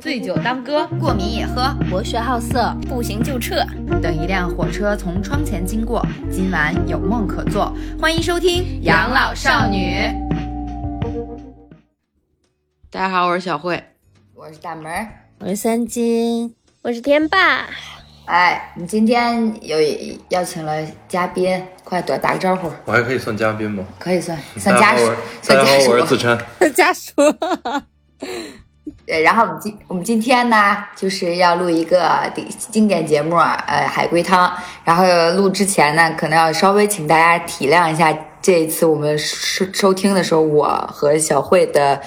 醉酒当歌，过敏也喝，博学好色，不行就撤。等一辆火车从窗前经过，今晚有梦可做。欢迎收听《养老少女》。大家好，我是小慧，我是大门，我是三金，我是天霸。哎，你今天有邀请了嘉宾，快朵打个招呼。我还可以算嘉宾吗？可以算，算家属，大算家好，家我是属。子琛。家属，对，然后我们今我们今天呢，就是要录一个经经典节目，呃，海龟汤。然后录之前呢，可能要稍微请大家体谅一下，这一次我们收收听的时候，我和小慧的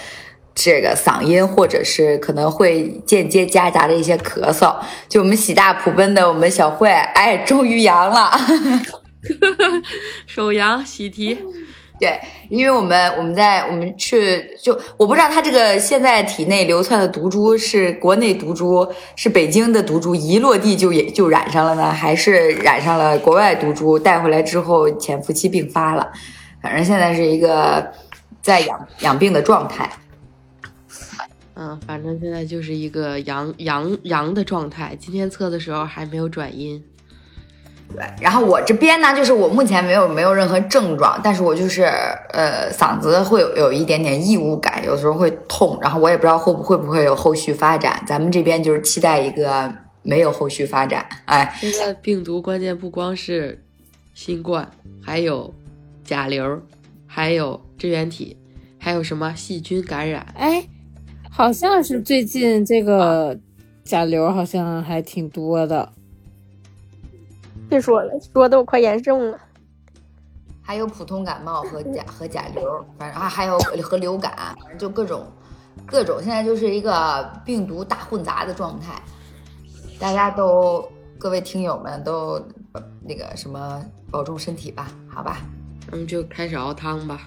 这个嗓音，或者是可能会间接夹杂着一些咳嗽。就我们喜大普奔的我们小慧，哎，终于阳了。首阳喜提，对，因为我们我们在我们去就我不知道它这个现在体内流窜的毒株是国内毒株，是北京的毒株，一落地就也就染上了呢，还是染上了国外毒株带回来之后潜伏期病发了？反正现在是一个在养养病的状态。嗯，反正现在就是一个阳阳阳的状态。今天测的时候还没有转阴，然后我这边呢，就是我目前没有没有任何症状，但是我就是呃嗓子会有有一点点异物感，有时候会痛，然后我也不知道会不会不会有后续发展。咱们这边就是期待一个没有后续发展，哎，现在病毒关键不光是新冠，还有甲流，还有支原体，还有什么细菌感染。哎，好像是最近这个甲流好像还挺多的，别说了，说的我快严重了。还有普通感冒和甲和甲流，反正还还有和流感，反正就各种各种，现在就是一个病毒大混杂的状态，大家都各位听友们都呃那个什么保重身体吧，好吧。咱们就开始熬汤 吧。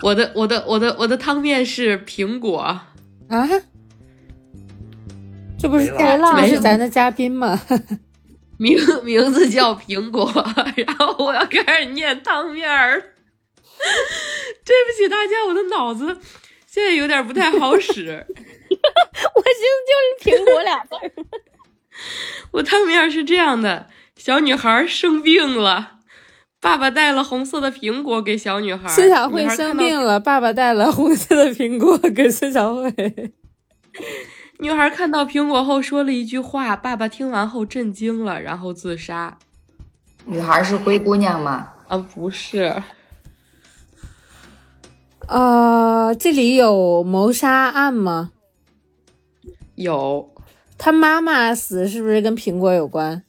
我的我的我的我的汤面是苹果，啊？这不是没嘉，了这不没是了咱的嘉宾吗？名名字叫苹果，然后我要开始念汤面儿。对不起大家，我的脑子现在有点不太好使。我寻思就是苹果俩字儿。我汤面儿是这样的：小女孩生病了，爸爸带了红色的苹果给小女孩。孙小慧女孩生看到病了，爸爸带了红色的苹果给孙小慧。女孩看到苹果后说了一句话，爸爸听完后震惊了，然后自杀。女孩是灰姑娘吗？ 啊，不是，呃，这里有谋杀案吗？有。他妈妈死是不是跟苹果有关？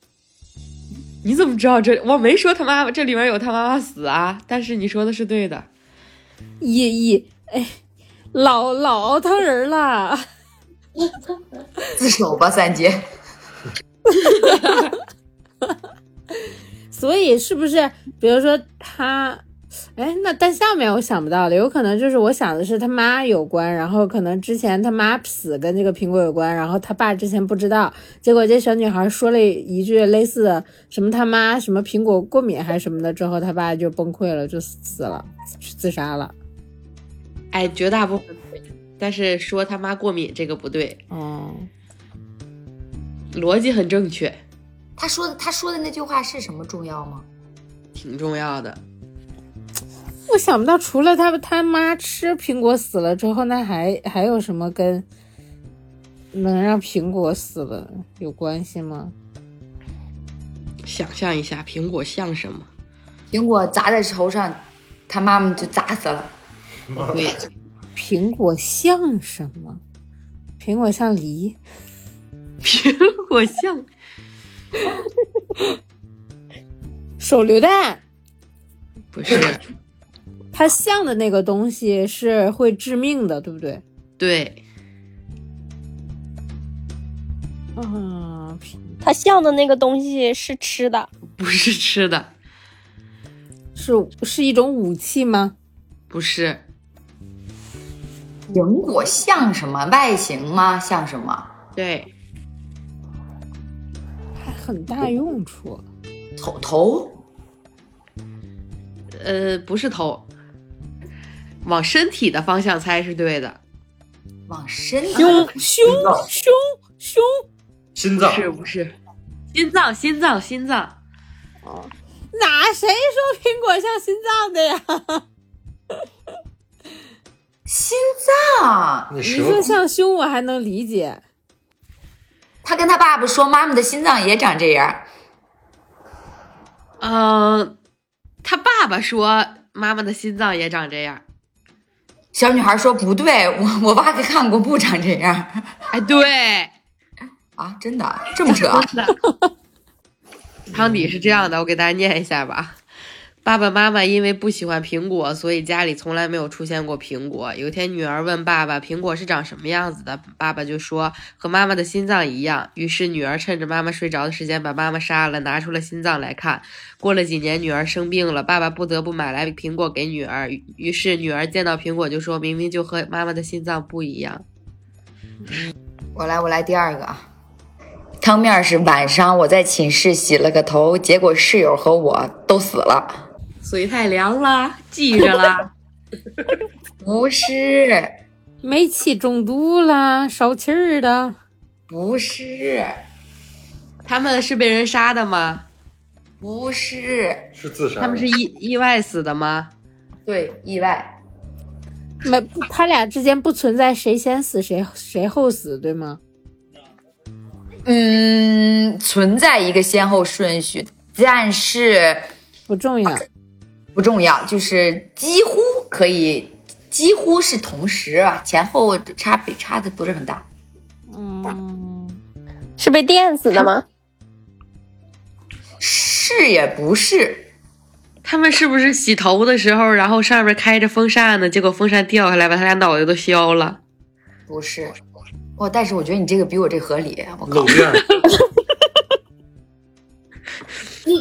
你怎么知道这？我没说他妈妈，这里面有他妈妈死啊。但是你说的是对的，一一哎，老老熬汤人了。自首吧，三姐。所以是不是，比如说他，哎，那但下面我想不到了，有可能就是我想的是他妈有关，然后可能之前他妈死跟这个苹果有关，然后他爸之前不知道，结果这小女孩说了一句类似的什么他妈什么苹果过敏还是什么的之后，他爸就崩溃了，就死了，自杀了。哎，绝大部分对，但是说他妈过敏这个不对，哦，逻辑很正确，他说的他说的那句话是什么重要吗？挺重要的。我想不到，除了他他妈吃苹果死了之后，那还还有什么跟能让苹果死了有关系吗？想象一下，苹果像什么？苹果砸在头上，他妈妈就砸死了。对，苹果像什么？苹果像梨， 苹果像手榴弹。不是？它像的那个东西是会致命的，对不对？对，啊，苹它像的那个东西是吃的，不是吃的，是是一种武器吗？不是苹果像什么？外形吗？像什么？对，还很大用处。头头？呃，不是头，往身体的方向猜是对的。往深了胸胸胸胸，心脏，心脏，是不是？心脏，心脏，心脏，哪谁说苹果像心脏的呀？心脏，那你舌说像胸，我还能理解。他跟他爸爸说，妈妈的心脏也长这样。嗯，他爸爸说妈妈的心脏也长这样。小女孩说不对，我我爸给看过，不长这样哎，对，啊，真的这么扯？啊 汤底是这样的，我给大家念一下吧。爸爸妈妈因为不喜欢苹果，所以家里从来没有出现过苹果。有一天，女儿问爸爸：“苹果是长什么样子的？”爸爸就说：“和妈妈的心脏一样。”于是，女儿趁着妈妈睡着的时间把妈妈杀了，拿出了心脏来看。过了几年，女儿生病了，爸爸不得不买来苹果给女儿。于于是，女儿见到苹果就说：“明明就和妈妈的心脏不一样。我来，我来第二个啊。汤面儿是晚上我在寝室洗了个头，结果室友和我都死了。”嘴太凉啦，记着啦。不是，煤气中毒啦，烧气儿的，不是，他们是被人杀的吗？不是，是自杀，他们是意意外死的吗？对，意外，没他俩之间不存在谁先死谁谁后死，对吗？嗯，存在一个先后顺序，但是不重要，不重要，就是几乎可以，几乎是同时啊，前后差别差的不是很大。嗯，是被电死的吗？是也不是，他们是不是洗头的时候，然后上面开着风扇呢？结果风扇掉下来，把他俩脑袋都削了。不是。哇，但是我觉得你这个比我这合理，啊我靠漏，电儿，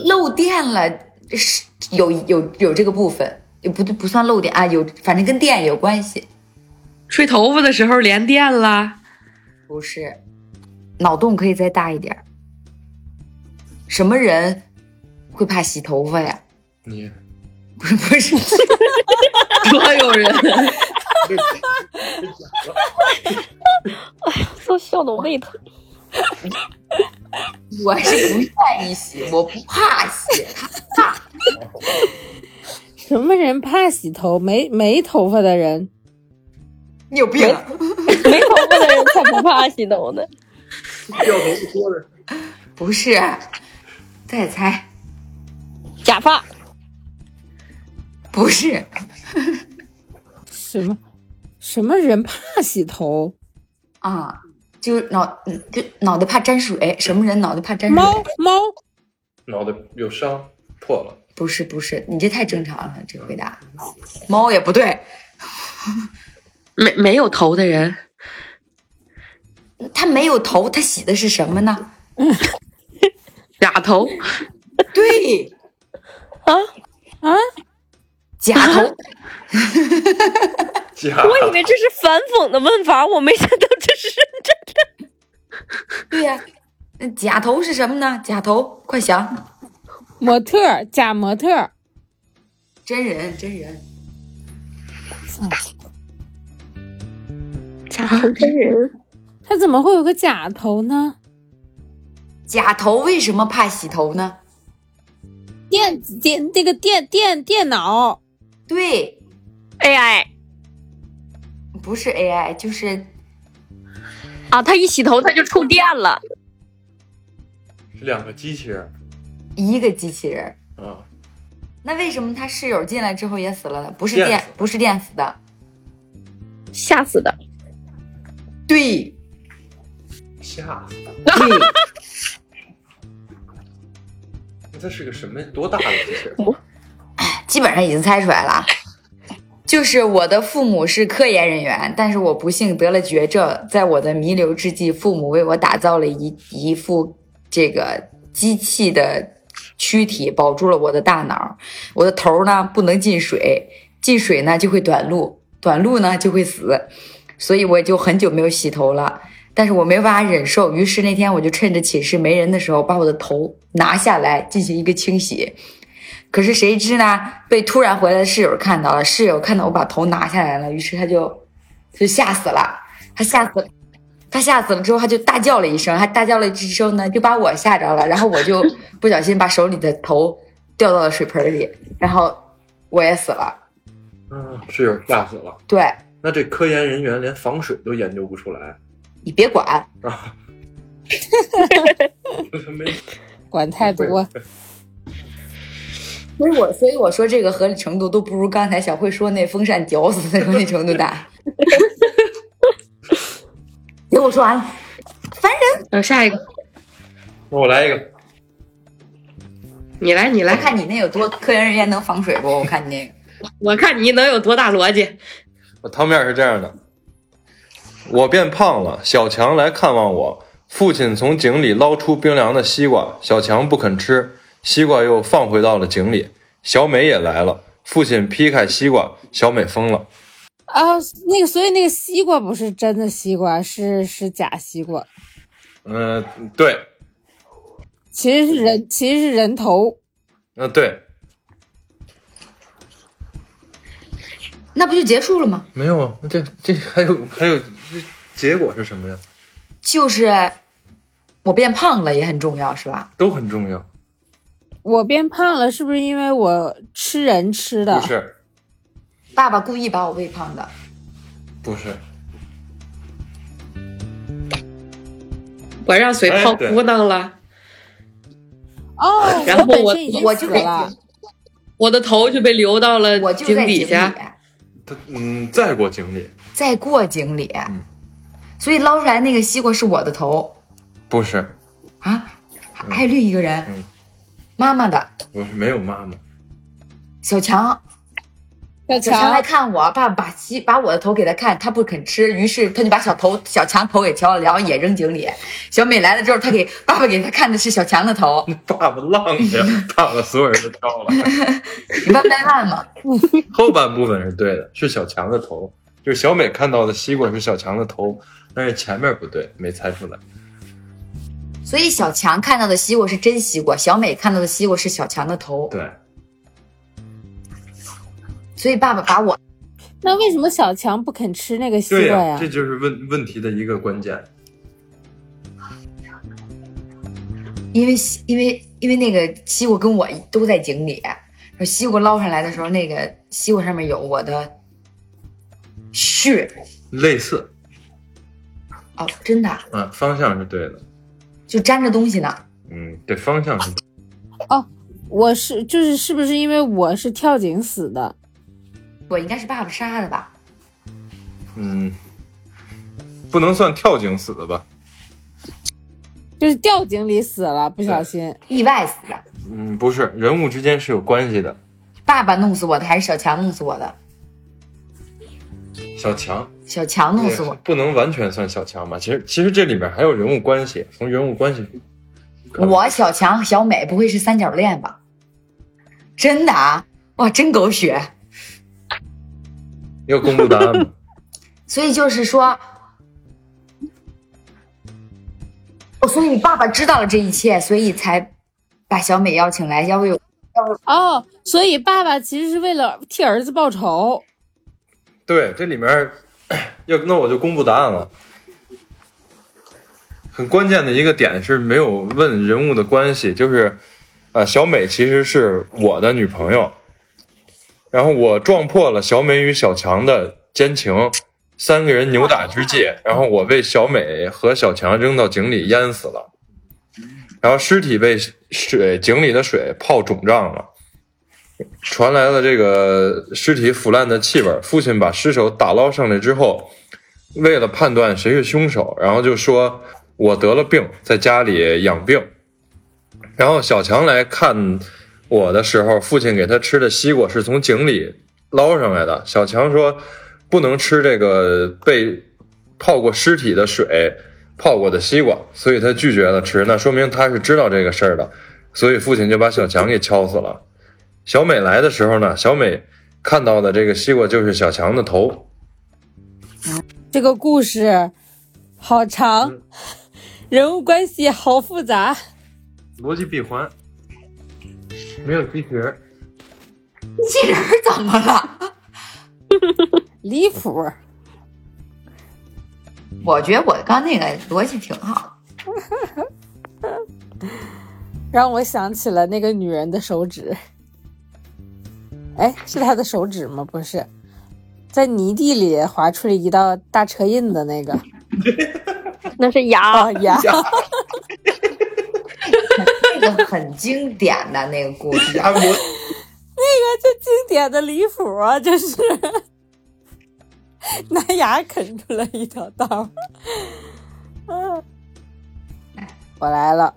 漏电了是有有有这个部分，也不不算漏电啊，有反正跟电有关系，吹头发的时候连电了， 不是，脑洞可以再大一点儿。什么人会怕洗头发呀？ 你不是不是，多有人！这这假的都笑得我胃疼。我是不愿意洗， 我不怕洗。 什么人怕洗头？没没头发的人，你有病啊！没头发的人才不怕洗头呢。掉头发多的，不是，再猜，假发不是，什么什么人怕洗头？啊，就脑嗯就脑袋怕沾水，什么人脑袋怕沾水？猫猫脑袋有伤破了，不是不是，你这太正常了，这回答。猫也不对，没没有头的人，它没有头，它洗的是什么呢？假头。对，啊！啊，假头。假我以为这是反讽的问法，我没想到这 是认真。 对呀、那假头是什么呢？假头，快想，模特儿假模特儿，真人真人，假头真人，他怎么会有个假头呢？假头为什么怕洗头呢？电子电那个电电电脑对， AI 不是 AI，就是啊，他一洗头他就触电了。是两个机器人一个机器人。啊，那为什么他室友进来之后也死了呢？不是电电死，不是电死的。吓死的，对吓死了！对，那它是个什么多大的机器人？基本上已经猜出来了啊。就是我的父母是科研人员，但是我不幸得了绝症，在我的弥留之际，父母为我打造了一一副这个机器的躯体，保住了我的大脑。我的头呢不能进水，进水呢就会短路，短路呢就会死，所以我就很久没有洗头了。但是我没有办法忍受，于是那天我就趁着寝室没人的时候，把我的头拿下来进行一个清洗。可是谁知呢，被突然回来的室友看到了，室友看到我把头拿下来了，于是他就就吓死了。他吓死了。他吓死了之后，他就大叫了一声，他大叫了一声呢，就把我吓着了，然后我就不小心把手里的头掉到了水盆里，然后我也死了。嗯，是吓死了。对那这科研人员连防水都研究不出来你别管，啊！没管太多，所以我所以我说这个合理程度都不如刚才小慧说那风扇绞死的合理程度大。 给我说完了，嗯，下一个，那我来一个，你来，你我来，看你那有多科研人员能防水不？我看你那个。我看你能有多大逻辑。我汤面是这样的：我变胖了，小强来看望我。父亲从井里捞出冰凉的西瓜，小强不肯吃，西瓜又放回到了井里。小美也来了，父亲劈开西瓜，小美疯了。啊，那个，所以那个西瓜不是真的西瓜，是是假西瓜，嗯、对，其实是人，其实是人头。嗯、对，那不就结束了吗？没有啊，这这还有还有，这结果是什么呀？就是我变胖了也很重要，是吧？都很重要，我变胖了，是不是因为我吃人吃的不？是爸爸故意把我喂胖的，不是，我让水泡哎对鼓囊了，哦，然后本我身已经我死就在了，我的头就被流到了我就井在底井下里，，他嗯，再过井里，再过井里嗯，所以捞出来那个西瓜是我的头不是啊，还有另一个人嗯，妈妈的不是没有妈 妈，小强，小小强来强看我，爸爸把西把我的头给他看，他不肯吃，于是他就把小头小强头给敲了，然后也扔井里。小美来了之后，他给爸爸给他看的是小强的头，爸爸浪的，爸爸所有人都跳了。你慢慢看嘛，后半部分是对的，是小强的头，就是小美看到的西瓜是小强的头，但是前面不对，没猜出来。所以小强看到的西瓜是真西瓜，小美看到的西瓜是小强的头，对，所以爸爸把我那为什么小强不肯吃那个西对瓜呀、呀这？就是问问题的一个关键。因为西因为因为那个西瓜跟我都在井里，然后西瓜捞上来的时候，那个西瓜上面有我的血类似，哦，真的啊啊，方向是对的，就沾着东西呢。嗯，对，方向是我是就是是不是因为我是跳井死的？我应该是爸爸杀的吧？嗯，不能算跳井死的吧？就是掉井里死了，不小心。意外死的，嗯，不是，人物之间是有关系的。爸爸弄死我的还是小强弄死我的？小强小强弄死对我，不能完全算小强吧？其实其实这里面还有人物关系，从人物关系可能我小强小美不会是三角恋吧？真的啊，哇，真狗血！要公布答案吗？所以就是说，哦，所以你爸爸知道了这一切，所以才把小美邀请来，要不有哦，所以爸爸其实是为了替儿子报仇。对，这里面儿要那我就公布答案了。很关键的一个点是没有问人物的关系，就是，呃，小美其实是我的女朋友，然后我撞破了小美与小强的奸情，三个人扭打之际，然后我被小美和小强扔到井里淹死了，然后尸体被水井里的水泡肿胀了。传来了这个尸体腐烂的气味儿。父亲把尸首打捞上来之后，为了判断谁是凶手，然后就说：“我得了病，在家里养病。”然后小强来看我的时候，父亲给他吃的西瓜是从井里捞上来的。小强说：“不能吃这个被泡过尸体的水泡过的西瓜，所以他拒绝了吃。那说明他是知道这个事儿的，所以父亲就把小强给敲死了。”小美来的时候呢，小美看到的这个西瓜就是小强的头。这个故事好长，嗯人物关系好复杂。逻辑闭环，没有机器人。机器人儿怎么了？离谱。我觉得我刚那个逻辑挺好的。让我想起了那个女人的手指。哎，是她的手指吗？不是，在泥地里划出了一道大车印的那个。那是牙啊呀！那个很经典的那个故事，啊 按摩这经典的离谱啊，这是 拿牙啃出了一条道儿。嗯，我来了。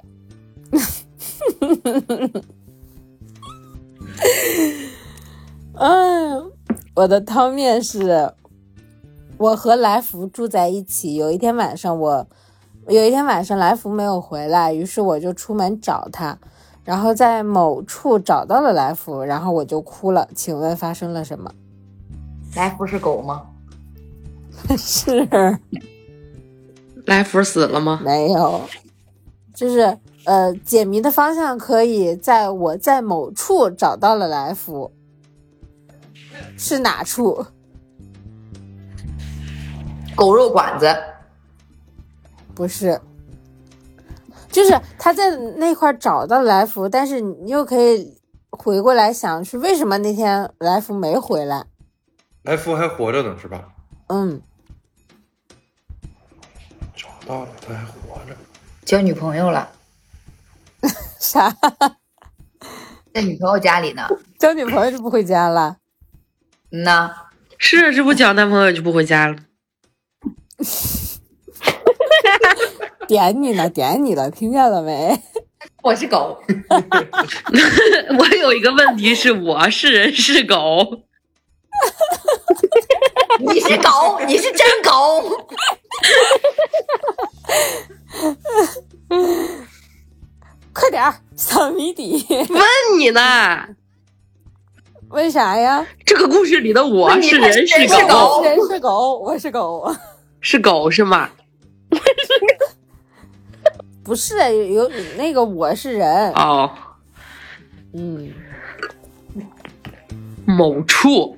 嗯，我的汤面是，我和来福住在一起。有一天晚上我，有一天晚上来福没有回来，于是我就出门找他。然后在某处找到了来福，然后我就哭了。请问发生了什么？ 来福是狗吗？是来福死了吗？没有，就是呃，解谜的方向可以在我在某处找到了来福，是哪处？狗肉馆子，不是，就是他在那块儿找到来福，但是你又可以回过来想是为什么那天来福没回来？来福还活着呢，是吧？嗯，找到了，啊他还活着。交女朋友了，啥？ 在女朋友家里呢。交女朋友就不回家了？嗯呐，是，这不交男朋友就不回家了。点你呢，点你了，听见了没？我是狗， 我有一个问题是我是人是狗？你是狗，你是真狗。 快点儿扫谜底， 问你呢？为啥呀？这个故事里的我是人是是狗？狗人是狗， 我是狗，是狗是吗？不是啊有那个我是人，哦，嗯，某处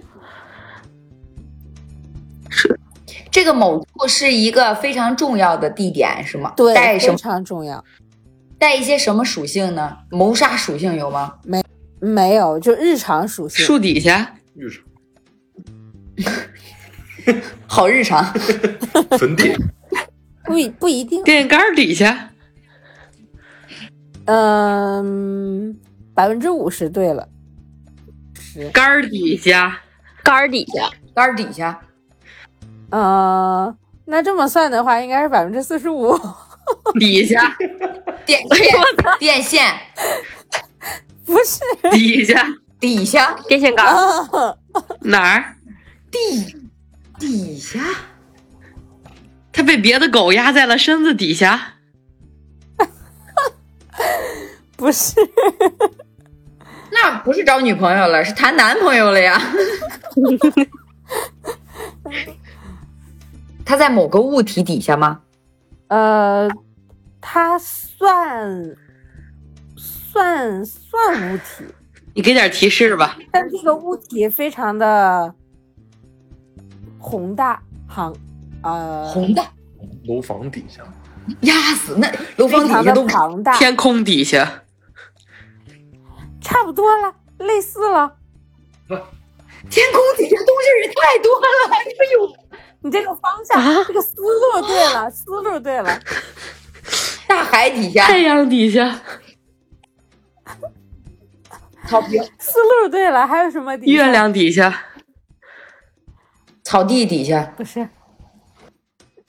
这个某处是一个非常重要的地点，是吗？对，带什非么？常重要。带一些什么属性呢？谋杀属性有吗？没有，就日常属性。树底下遇上好日常， 坟地，不一不一定。电线杆底下嗯，百分之五十对了，十。杆儿底下杆儿底下，杆儿底下，嗯，那这么算的话，应该是百分之四十五， 底下电线，电线不是底下底下，电线杆儿，啊？哪儿？地底下，它被别的狗压在了身子底下， 不是，那不是找女朋友了，是谈男朋友了 呀。他在某个物体底下吗？呃，它算算算物体，你给点提示吧。但这个物体非常的宏大行，呃，红的，楼房底下，压死那楼房非底常下的都庞大，天空底下，差不多了，类似了。天空底下都是人太多了，哎呦，你这个方向，这个思路对了，思路对了，大海底下，哎太阳底下，草坪、思路对了，还有什么底？月亮底下，草地底下，不是，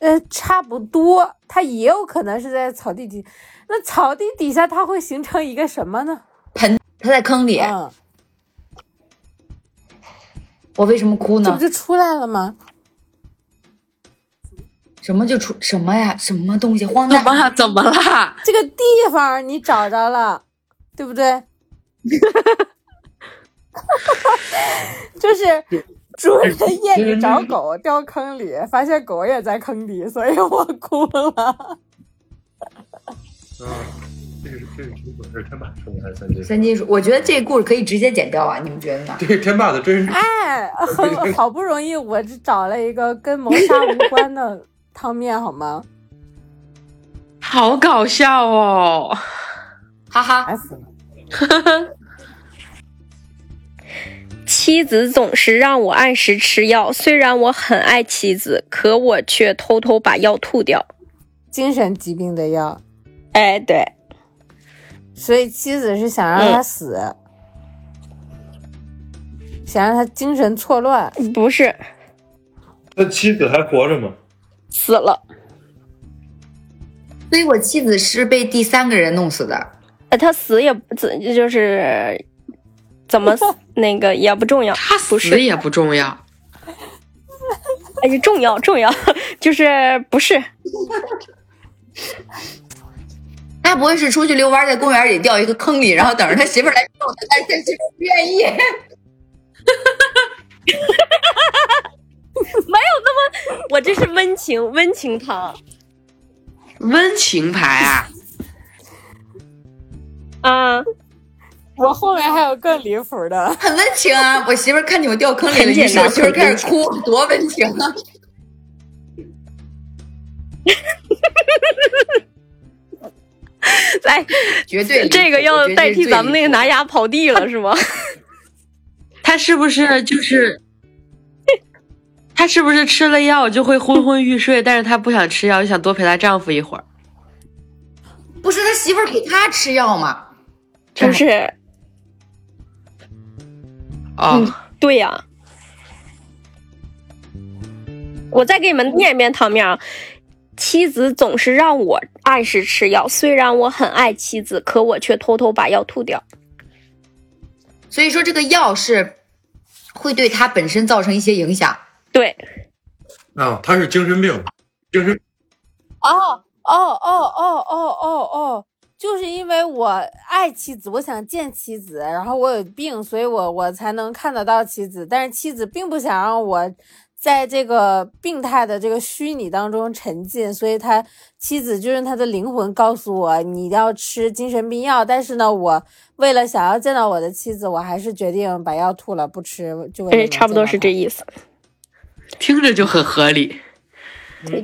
呃，差不多，它也有可能是在草地底。那草地底下它会形成一个什么呢？盆，他在坑里，嗯，我为什么哭这呢不？就出来了吗？什么就出什么呀？什么东西？荒怎么诞？了？怎么了？这个地方你找着了，对不 对？就是主人夜里找狗掉坑里，发现狗也在坑底，所以我哭了。啊，这个这个挺准，是天霸说的还是三金？三金说：“我觉得这故事可以直接剪掉啊，你们觉得呢？这个天霸的真是 哎，很好不容易我只找了一个跟谋杀无关的汤面好吗？好搞笑哦！哈哈，哎烦死了。妻子总是让我按时吃药，虽然我很爱妻子，可我却偷偷把药吐掉。精神疾病的药，哎，对，所以妻子是想让他死，想让他精神错乱。不是他妻子还活着吗？死了，所以我妻子是被第三个人弄死的。呃他死也不怎就是怎 么死那个也不重要，他不死是，也不重要，哎，重要重要， 就是不是他不会是出去遛弯，在公园里掉一个坑里，然后等着他媳妇儿来救他，但是他媳妇儿不愿意。 我这是温情温情汤温情牌啊！啊，我后面还有更离谱的，很温情啊！我媳妇儿看你们掉坑里了，很于简是单我媳妇儿开始哭，多温情啊！来，绝对离谱这个要代替咱们那个拿。牙刨地了是吗？ 他是不是就是？他是不是吃了药就会昏昏欲睡？但是他不想吃药，就想多陪她丈夫一会儿。我觉得这是最离谱不是他媳妇儿给他吃药吗？不是，哦，对呀、我再给你们念一遍汤面啊。妻子总是让我按时吃药，虽然我很爱妻子，可我却偷偷把药吐掉。所以说这个药是会对他本身造成一些影响。对，啊，他是精神病，精神哦哦哦哦哦哦哦，就是因为我爱妻子，我想见妻子，然后我有病，所以我我才能看得到妻子，但是妻子并不想让我。在这个病态的这个虚拟当中沉浸，所以他妻子就用他的灵魂告诉我，你要吃精神病药。但是呢，我为了想要见到我的妻子，我还是决定把药吐了，不吃。就为了哎，能差不多见到是她这意思。听着就很合理。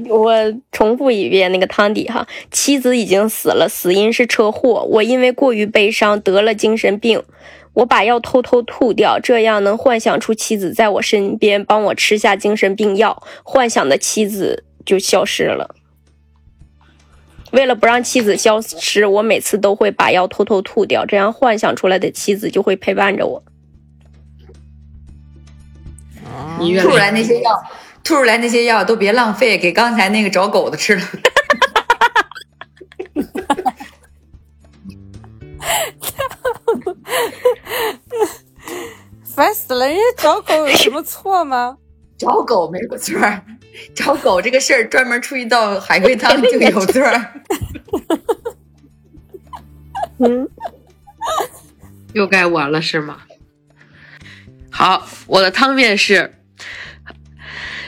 我重复一遍那个汤底哈，妻子已经死了，死因是车祸。我因为过于悲伤得了精神病，我把药偷偷吐掉，这样能幻想出妻子在我身边帮我吃下精神病药，幻想的妻子就消失了。为了不让妻子消失，我每次都会把药偷偷吐掉，这样幻想出来的妻子就会陪伴着我。你越吐出来来那些药，吐出来那些药都别浪费，给刚才那个找狗的吃了。烦死了！人家找 狗有什么错吗？找狗没有错儿，找狗这个事儿专门出一道海龟汤就有错儿。 嗯，又该我了是吗？好，我的汤面是：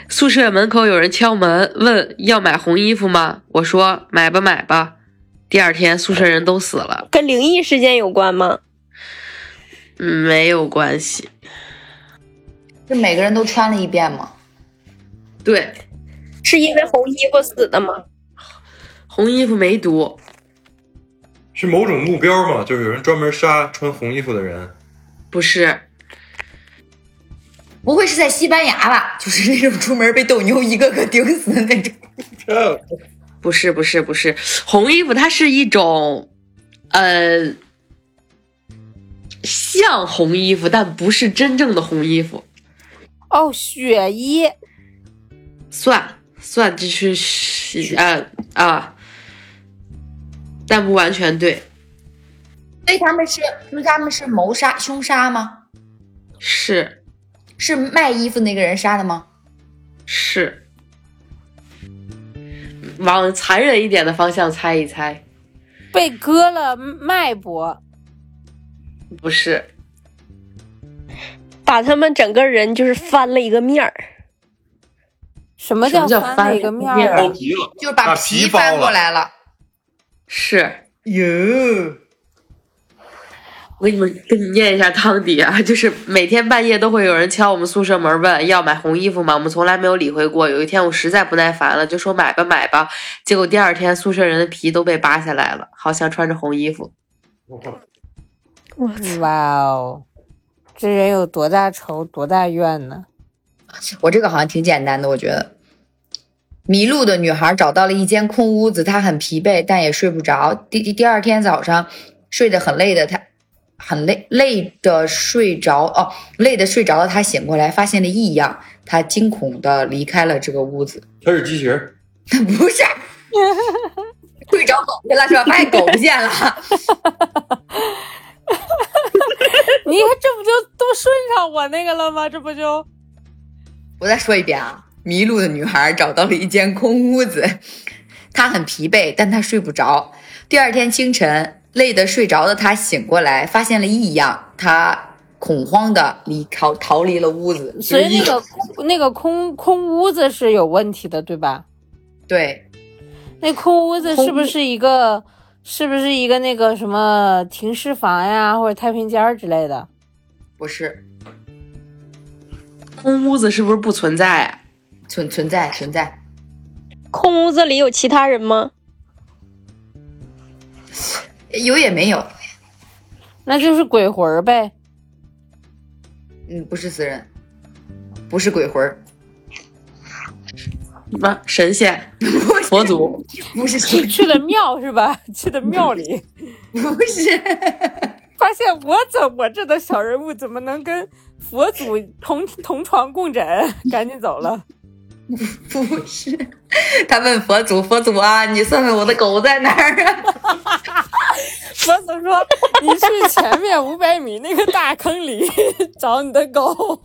宿舍门口有人敲门，问要买红衣服吗？我说买吧买吧。第二天宿舍人都死了，跟灵异事件有关吗？嗯没有关系。是每个人都穿了一遍吗？对，是因为红衣服死的吗？红衣服没毒，是某种目标嘛？就是有人专门杀穿红衣服的人。不是。不会是在西班牙吧？就是那种出门被斗牛一个个顶死的那种。这不是不是不是，红衣服它是一种，呃，像红衣服，但不是真正的红衣服。哦，雪衣算算，这是呃啊，但不完全对，所以他们是，就是他们是谋杀、凶杀吗？是是卖衣服那个人杀的吗？是，往残忍一点的方向猜一猜，被割了脉搏，不是把他们整个人就是翻了一个面儿。什么叫什么叫了翻一个面面儿儿啊？皮了，就是把把皮皮剥翻过了来了。是哟，我给你们给你念一下汤底啊，就是每天半夜都会有人敲我们宿舍门问要买红衣服吗？我们从来没有理会过。有一天我实在不耐烦了，就说买吧买吧，结果第二天宿舍人的皮都被扒下来了，好像穿着红衣服。我操，哇哦，这人有多大仇多大怨呢？我这个好像挺简单的，我觉得。迷路的女孩找到了一间空屋子，她很疲惫，但也睡不着。第第第二天早上，睡得很累的她，很累，累的睡着哦，累的睡着了。她醒过来，发现了异样，她惊恐的离开了这个屋子。 它是机器人儿，不是，睡着狗去了是吧？发现狗不见了。你看这不就都顺上我那个了吗？这不就我再说一遍啊，迷路的女孩找到了一间空屋子， 她很疲惫，但她睡不着。第二天清晨，累得睡着的她醒过来，发现了异样，她恐慌的离逃逃离了屋子。所以就是异那个空那个空空屋子是有问题的，对吧？对那空屋子空是不是一个是不是一个那个什么停尸房呀，或者太平间儿之类的？不是空屋子是不是不存在啊？存存在存在，空屋子里有其他人吗？ 有也没有，那就是鬼魂儿呗。嗯，不是死人，不是鬼魂儿，什么神仙、 不是佛祖？不是去去了庙是吧？ 去的庙里， 不是，发现我怎我这的小人物怎么能跟佛祖同同床共枕？赶紧走了。 不是，他问佛祖，佛祖啊，你算算我的狗在哪儿啊？ 佛祖说：“你去前面五百米那个大坑里 找你的狗。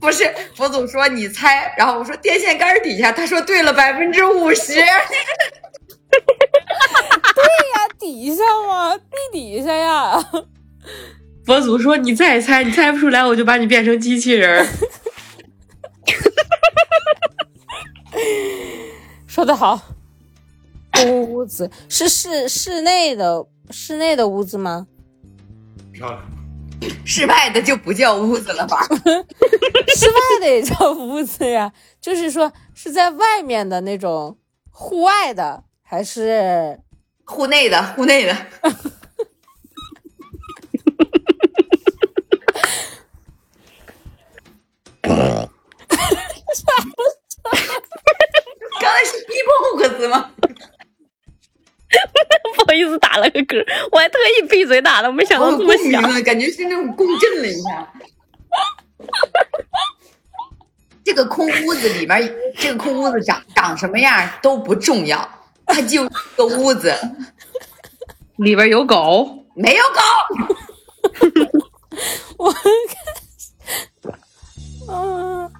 不是，佛祖说你猜，然后我说电线杆儿底下，他说对了百分之五十，它底下吗？地底下呀。佛祖说：“你再猜，你猜不出来，我就把你变成机器人儿。说得好，空 屋子是室室内的室内的屋子 吗？漂亮，室外的就不叫屋子了 哦吧？室外的也叫屋子呀， 就是说是在外面的那种户外的，还是户内的，户内的，刚才是逼迫五个字吗？不好意思，打了个嗝，我还特意闭嘴打的，我没想我有到这么共鸣响。了，感觉是那种共振了一下。这个空屋子里面，这个空屋子长长什么样都不重要，它就是个屋子，”里边有狗，没有狗。我嗯，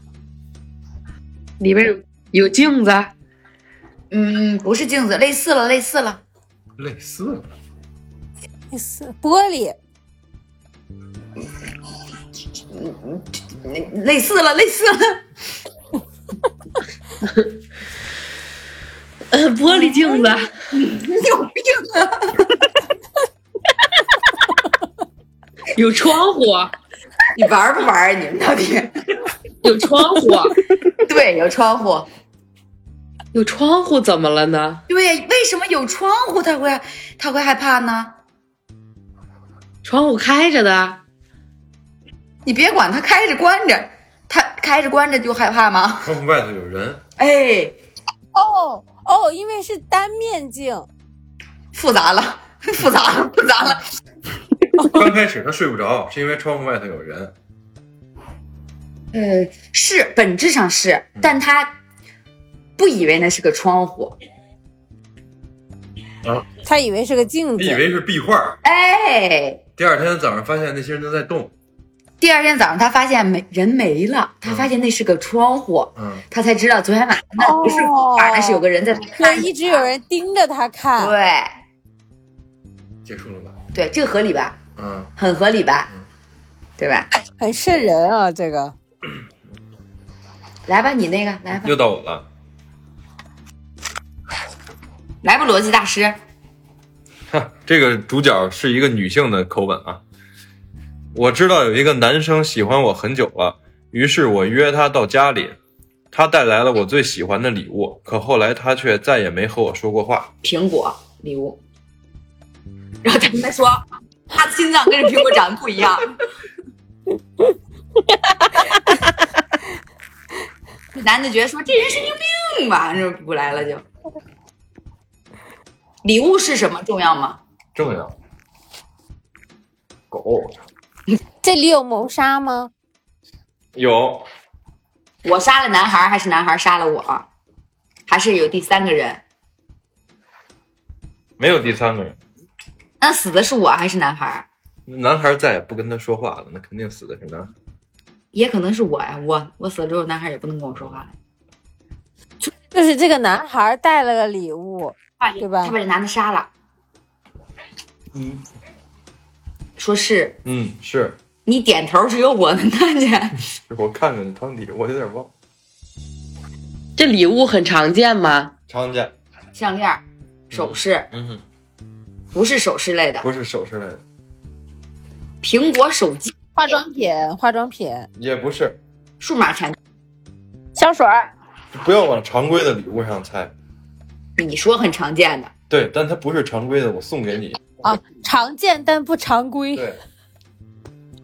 里边有有镜子，嗯，不是镜子，类似了，类似了，类似了，意思玻璃类似了，类似了，呃玻璃镜子， 你有病啊！有窗户，你玩不玩啊？你们到底？有窗 户，对，有窗户。有窗户怎么了呢？对，为什么有窗户他会他会害怕呢？窗户开着的，你别管他开着关着，他开着关着就害怕吗？ 窗户外头有人，哎，哦哦，因为是单面镜。复杂了，复杂了，复杂了。 刚开始他睡不着，是因为窗户外头有人，呃，是本质上是，但他不以为那是个窗户，他以为是个镜他子，以为是壁画。哎。第二天早上发现那些人都在动，第二天早上，他发现没人没了，他发现那是个窗户，嗯，他才知道昨天晚上那不是晚上是有个人在所看以一直有人盯着他他。看。对结束了吧？对，这个合理吧？嗯，很合理吧？对吧？很瘆人啊，这个来吧，你那个来吧，又到我了。来吧，逻辑大师。哈，这个主角是一个女性的口吻啊。我知道有一个男生喜欢我很久了，于是我约他到家里，他带来了我最喜欢的礼物，可后来他却再也没和我说过话。苹果礼物。然后他跟他说，他的心脏跟这苹果长得不一样。这男的觉得说这人神经病吧，就不来了就。礼物是什么重要吗？重要。狗这里有谋杀吗？有我杀了男孩儿，还是男孩儿杀了我，还是有第三个人？没有第三个人？那死的是我还是男孩儿？男孩再也不跟他说话了，那肯定死的是男孩。也可能是我呀，我我死了之后，男孩儿也不能跟我说话了。就是这个男孩带了个礼物，对吧他把这男的杀了。嗯，说是嗯，是你点头，只有我能看见。我看看汤底，我有点忘。这礼物很常见吗？常见，项链儿、首饰，嗯哼，不是首饰类的，不是首饰类的，苹果手机、化妆品，化妆品，也不是，数码产品。香水儿，不要往常规的礼物上猜。你说很常见的，对，但它不是常规的，我送给你。啊，常见但不常规。对，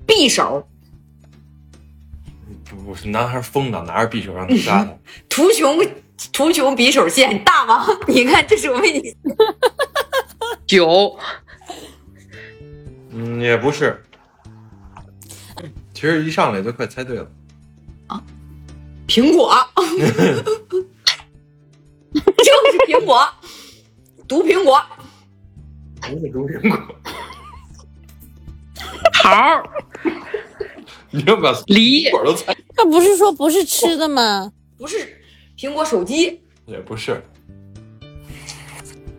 匕首、不不是男孩疯了，拿着匕首让他杀他。图穷图穷匕首现，大王，你看这是我为你酒，嗯，也不是。其实一上来就快猜对了，苹果， 就是苹果，毒苹果，不是毒苹果。桃儿， 你要把梨苹，果都猜，他不是说不是吃的吗？不是苹果手机，也不 是，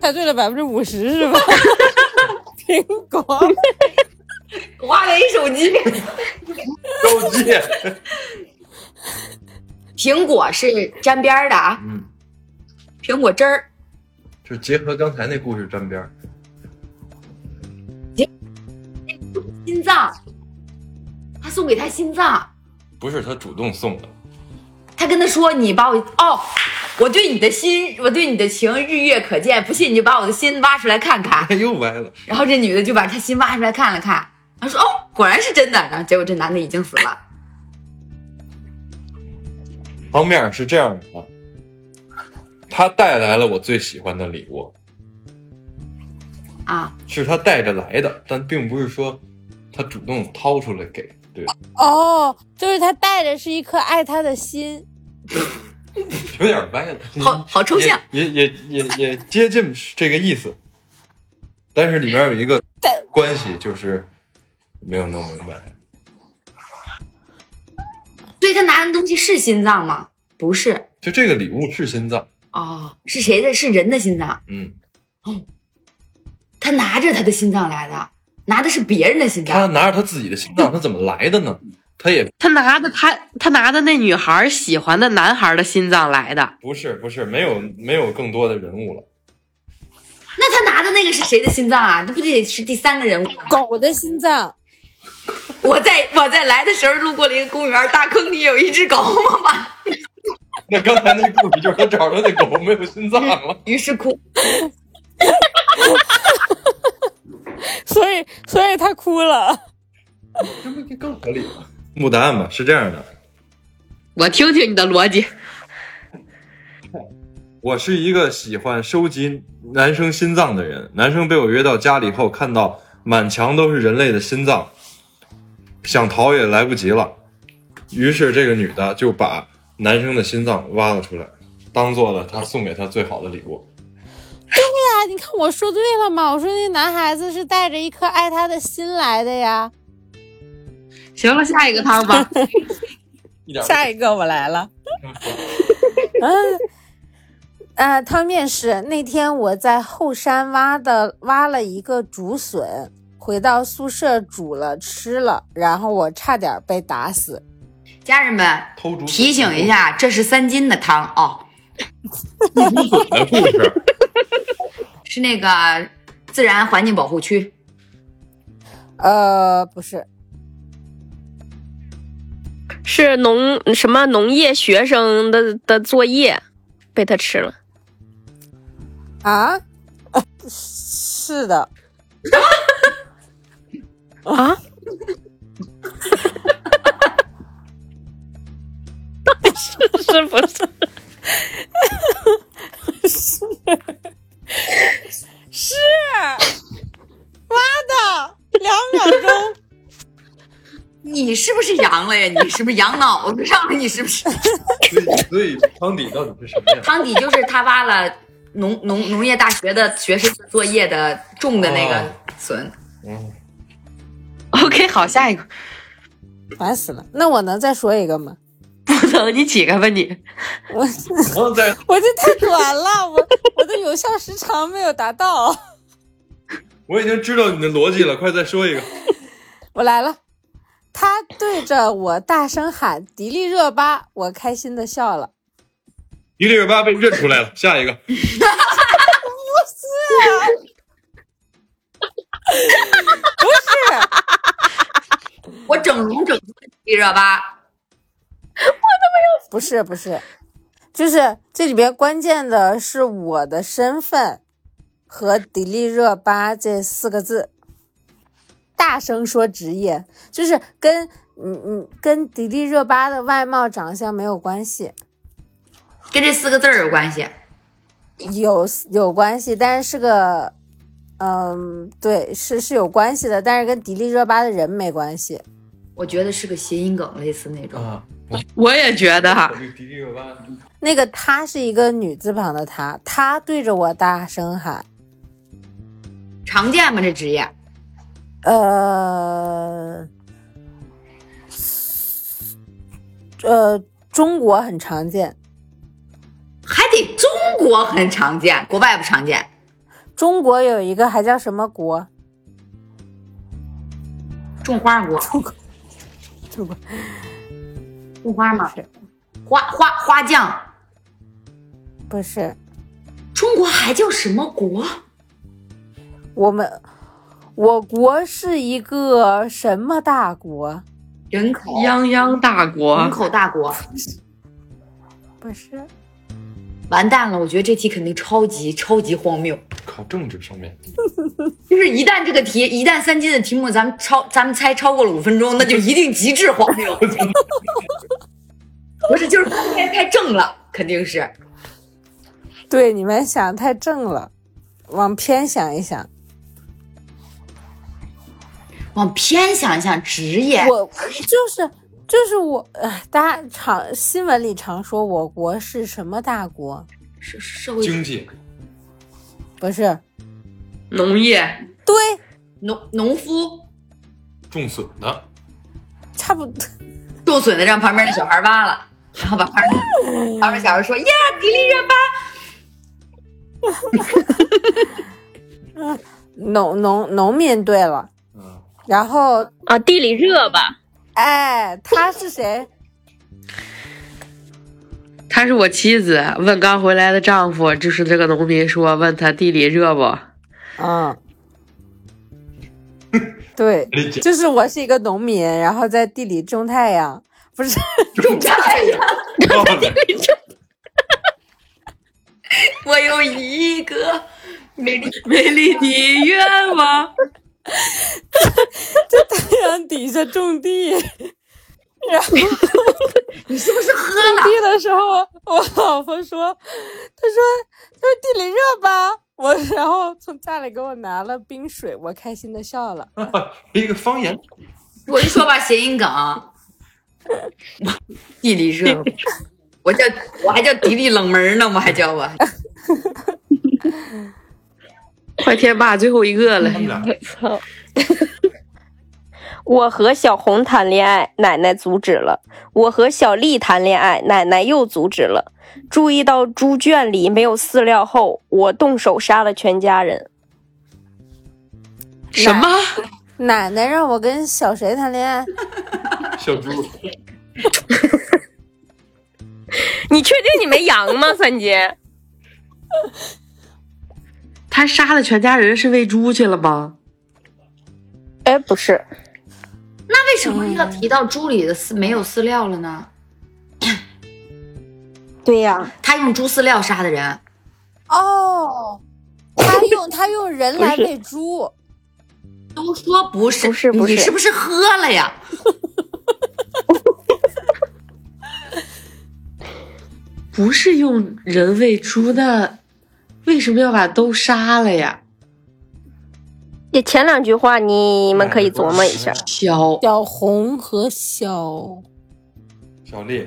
猜对了百分之五十是吧？苹果，华为手机。高级。 苹果是沾边儿的啊，嗯，苹果汁儿，就结合刚才那故事沾边儿。心脏，他送给他心脏。不是他主动送的，他跟他说：“你把我哦，我对你的心，我对你的情，日月可见。不信你就把我的心挖出来看看。 哎，又歪了。”然后这女的就把他心挖出来看了看，然后说：“哦，果然是真的。”然后结果这男的已经死了。方面是这样的，啊他带来了我最喜欢的礼物，啊，是他带着来的，但并不是说他主动掏出来给。对，哦，就是他带着是一颗爱他的心， 有点歪了，好好抽象，也也也也也接近这个意思，但是里面有一个关系就是没有弄明白。所以他拿的东西是心脏吗？不是就这个礼物是心脏，哦，是谁的？是人的心脏。嗯，他拿着他的心脏来的，拿的是别人的心他脏。拿着他自己的心脏，他怎么来的呢？他也他拿的他他拿的那女孩喜欢的男孩的心脏来的，不是不是没有没有更多的人物了。那他拿的那个是谁的心脏啊？那不得是第三个人物吗？狗的心脏。我在我在来的时候路过了一个公园，大坑里有一只狗，我把那刚才那故事就是他找着那狗没有心脏 了，于是哭。所以，所以他哭了。哎这不就更合理了？木答案吧，是这样的，我听听你的逻辑，我是一个喜欢收集男生心脏的人，男生被我约到家里后，看到满墙都是人类的心脏，想逃也来不及了，于是这个女的就把男生的心脏挖了出来，当做了她送给他最好的礼物。对呀，你看我说对了吗？我说那男孩子是带着一颗爱他的心来的呀。行了，下一个汤吧。一点下一个我来 了。嗯，呃，汤面是那天我在后山挖的，挖了一个竹笋，回到宿舍煮了吃了，然后我差点被打死。家人们偷竹提醒一下，这是三斤的汤哦，的故 事，是那个自然环境保护区。呃，不是，是农什么农业学生的的作业被他吃了。啊，是的，啊？是 是不是？是，妈的，两秒钟。你是不是阳 了呀？你是不是阳脑子上了？你是不是？所以所以汤底到底是什么样？汤底就是他挖了农农农业大学的学生作业的种的那个哦笋。嗯， OK，好，下一个， 烦死了！那我能再说一个吗？不能你几个吧你？我然后再我这太短了，我我的有效时长没有达到。 我已经知道你的逻辑了，快再说一个。我来了，他对着我大声喊“迪丽热巴”，我开心的笑了。迪丽热巴被认出来了，下一个。不是，我整容整出来迪丽热巴，不是，不是，就是这里边关键的是我的身份和“迪丽热巴”这四个字。大声说职业，就是跟嗯嗯跟迪丽热巴的外貌长相没有关系。跟这四个字儿有关系。有有关系，但是是个，嗯，对，是是有关系的，但是跟迪丽热巴的人没关系。我觉得是个谐音梗，类似那种。啊，我也觉得，迪丽热巴，那个她是一个女字旁的她，她对着我大声喊，常见吗？这职业？呃，呃，中国很常见，还得中国很常见，国外不常见。中国有一个还叫什么国？种花国，中国种花吗？花花花匠，不是中国还叫什么国？我们，我国是一个什么大国？人口泱泱大人国，口大国。不是。完蛋了，我觉得这题肯定超级超级荒谬。考政治方面，就是一旦这个题，一旦三金的题目，咱们超，咱们猜超过了五分钟，那就一定 极致荒谬。不是，就是今天太正了，肯定是。对，你们想太正了，往偏想一想。往偏想一想，职业我就是就是我，呃，大家常新闻里常说我国是什么大国？社社会经济，不是，农业，对，农农夫种笋的，差不 多。种笋的，让旁边那小孩挖了，然后把旁边旁边小孩说：“呀，迪丽热巴。农农农民对了，嗯，然后啊，地里热吧？哎，他是谁？她是我妻子。问刚回来的丈夫，就是这个农民说，问他地里热不？嗯，对，理解。 就是我是一个农民，然后在地里种太阳，不是种菜呀，我有一个美丽美丽的愿望。在太阳底下种 地。然后你是不是喝种了？地的时候，我老婆说，她说她说地里热吧，我然后从家里给我拿了冰水，我开心的笑了。一个方言，我就说吧，谐音梗，地理热，我叫我还叫迪丽冷门呢，我还叫我。”快天霸最后一个了他，们俩操！我和小红谈恋爱，奶奶阻止了；我和小丽谈恋爱，奶奶又阻止了。注意到猪圈里没有饲料后，我动手杀了全家人。什么？奶奶让我跟小谁谈恋爱？小猪，你确定你没阳吗，三 姐？他杀了全家人是喂猪去了吗？哎，不是，那为什什么要提到猪里的饲没有饲料了呢？对呀、他用猪饲料杀的人，哦，他用他用人来喂猪，都说不是，不是不你是是不是喝了呀？不是用人喂猪，那为什么要把都杀了呀？也前两句话你们可以琢磨一下。小小红和小小丽，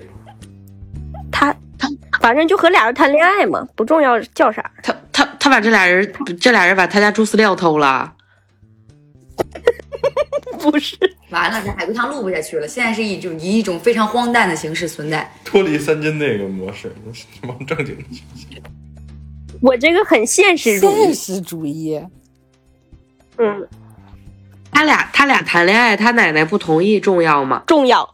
他他反正就和俩人谈恋爱嘛，不重要 叫啥。他他他把这俩人这俩人把他家猪饲料偷了，不是，完了，这海龟汤录不下去了。现在是一种以一种非常荒诞的形式存在。脱离三金那个模式，往正经的去。我这个很现实主现义。实主义，嗯，他俩他俩谈恋爱，他奶奶不同意重要吗？重要，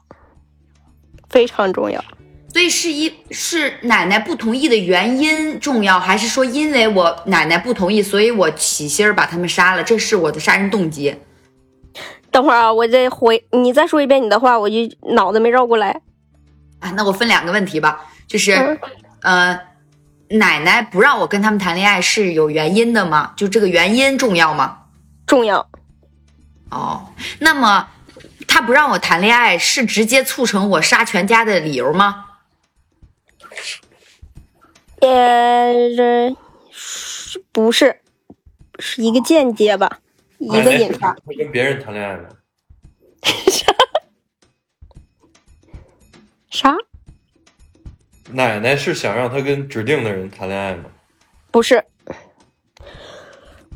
非常重要。所以是一是奶奶不同意的原因重要，还是说因为我奶奶不同意，所以我起心儿把他们杀了？这是我的杀人动机。等会儿啊，我再回你再说一遍你的话，我就脑子没绕过来。啊，那我分两个问题吧，就是，嗯呃，奶奶不让我跟他们谈恋爱哎是有原因的吗？就这个原因重要吗？重要，哦，那么他不让我谈恋爱是直接促成我杀全家的理由吗？呃，这是不是是一个间接吧，一个引发。他跟别人谈恋爱了， 啥？奶奶是想让他跟指定的人谈恋爱吗？不是，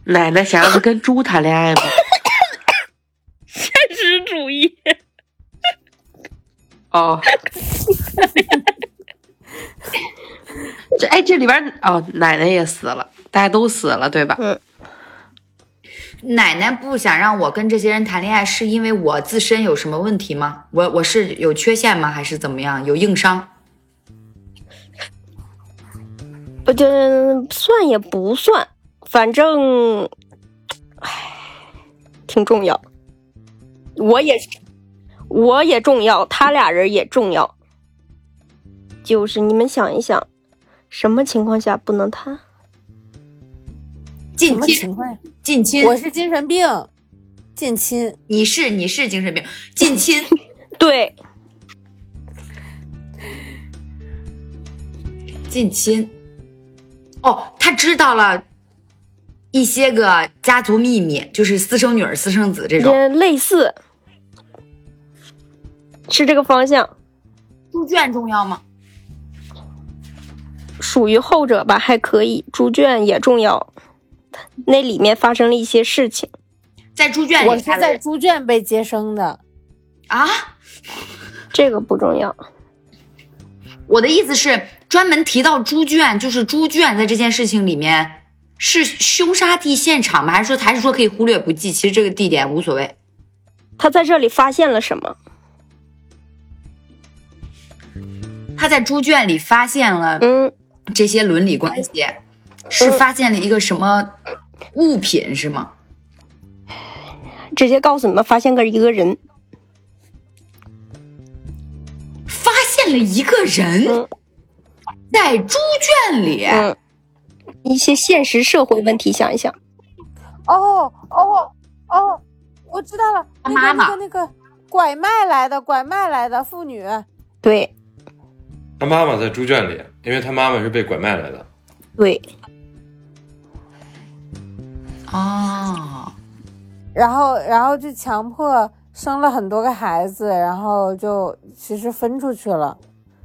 奶奶想让他跟猪谈恋爱吗？现实主义。哦，这哎这里边哦，奶奶也死了，大家都死了对吧？奶奶不想让我跟这些人谈恋爱，是因为我自身有什么问题吗？我我是有缺陷吗？还是怎么样？有硬伤？我觉得呃算也不算，反正，唉，挺重要。我也，我也重要，他俩人也重要。就是你们想一想，什么情况下不能谈？什近么亲，情况呀？近亲，我是精神病，近亲，你是你是精神病，近亲，对，近亲。哦，他知道了一些个家族秘密，就是私生女儿、私生子这种。也类似，是这个方向，猪圈重要吗？属于后者吧，还可以。猪圈也重要，那里面发生了一些事情。在猪圈我里是杀的在人猪圈被接生的，啊？这个不重要，我的意思是，专门提到猪圈，就是猪圈在这件事情里面是凶杀地现场吗？还是说还是说可以忽略不计？其实这个地点无所谓。他在这里发现了什么？他在猪圈里发现了嗯，这些伦理关系，是发现了一个什么物品是吗？直接告诉你们，发现个一个人，发现了一个人嗯在猪圈里，嗯，一些现实社会问题，想一想，哦哦哦，我知道了，他妈妈那个那个那个拐卖来的，拐卖来的妇女，对他妈妈在猪圈里，因为他妈妈是被拐卖来的。对，哦，然后然后就强迫生了很多个孩子，然后就其实分出去了，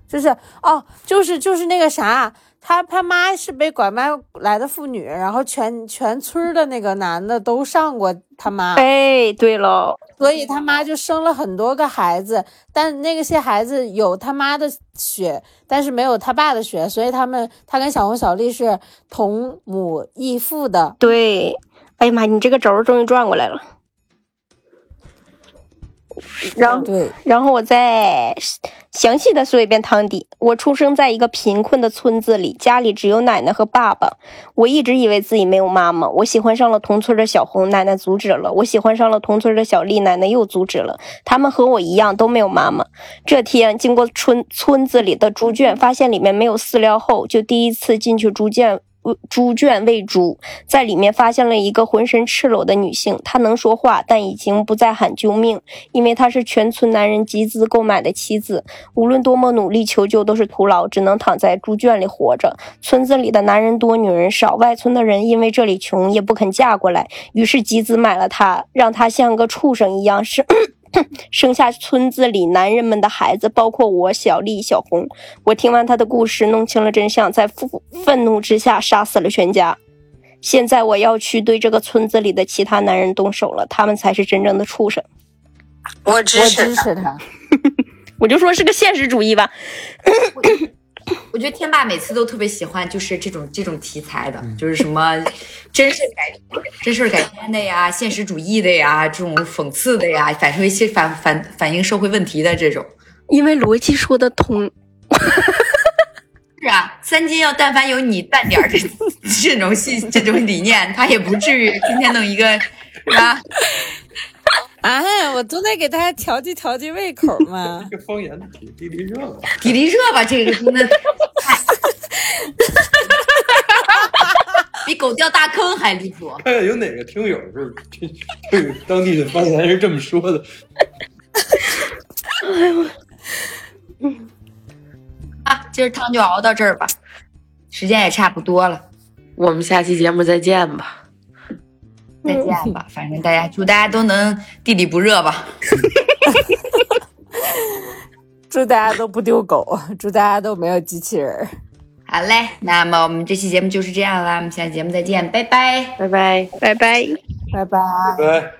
就是哦，就是就是那个啥，他他妈是被拐卖来的妇女，然后全全村儿的那个男的都上过他妈，哎，对喽，所以他妈就生了很多个孩子，但那个些孩子有他妈的血，但是没有他爸的血，所以他们他跟小红小丽是同母异父的。对，哎呀妈，你这个轴儿终于转过来了，然后对，然后我再详细的说一遍汤底。我出生在一个贫困的村子里，家里只有奶奶和爸爸。我一直以为自己没有妈妈。我喜欢上了同村的小红，奶奶阻止了；我喜欢上了同村的小丽，奶奶又阻止了。他们和我一样都没有妈妈。这天经过村村子里的猪圈，发现里面没有饲料后，就第一次进去猪圈。喂猪圈喂猪，在里面发现了一个浑身赤裸的女性，她能说话，但已经不再喊救命。因为她是全村男人集资购买的妻子，无论多么努力求救都是徒劳，只能躺在猪圈里活着。村子里的男人多，女人少，外村的人因为这里穷也不肯嫁过来，于是集资买了她，让她像个畜生一样生 生下村子里男人们的孩子，包括我、小丽、小红。我听完她的故事，弄清了真相，在愤愤怒之下杀死了全家。现在我要去对这个村子里的其他男人动手了，他们才是真正的畜生。我支我持支持他。我就说是个现实主义吧。我觉得天霸每次都特别喜欢，就是这种这种题材的，就是什么真事改真事改编的呀，现实主义的呀，这种讽刺的呀，反映一些反反反映社会问题的这种。因为逻辑说得通，是啊，三金要但凡有你半点儿这这种信这种理念，他也不至于今天弄一个 啊，哎，我总得给大家调剂调剂胃口嘛。这个方言挺地地热了，迪丽热巴这个真的，哎比狗掉大坑还离谱。看看有哪个听友是 这对当地的方言是这么说的。啊，今儿汤就熬到这儿吧，时间也差不多了，我们下期节目再见吧。再见吧。反正大家祝大家都能地里不热吧。 祝大家都不丢狗，祝大家都没有机器人儿。好嘞，那么我们这期节目就是这样啦，我们下期节目再见，拜拜。拜拜。拜拜。拜拜。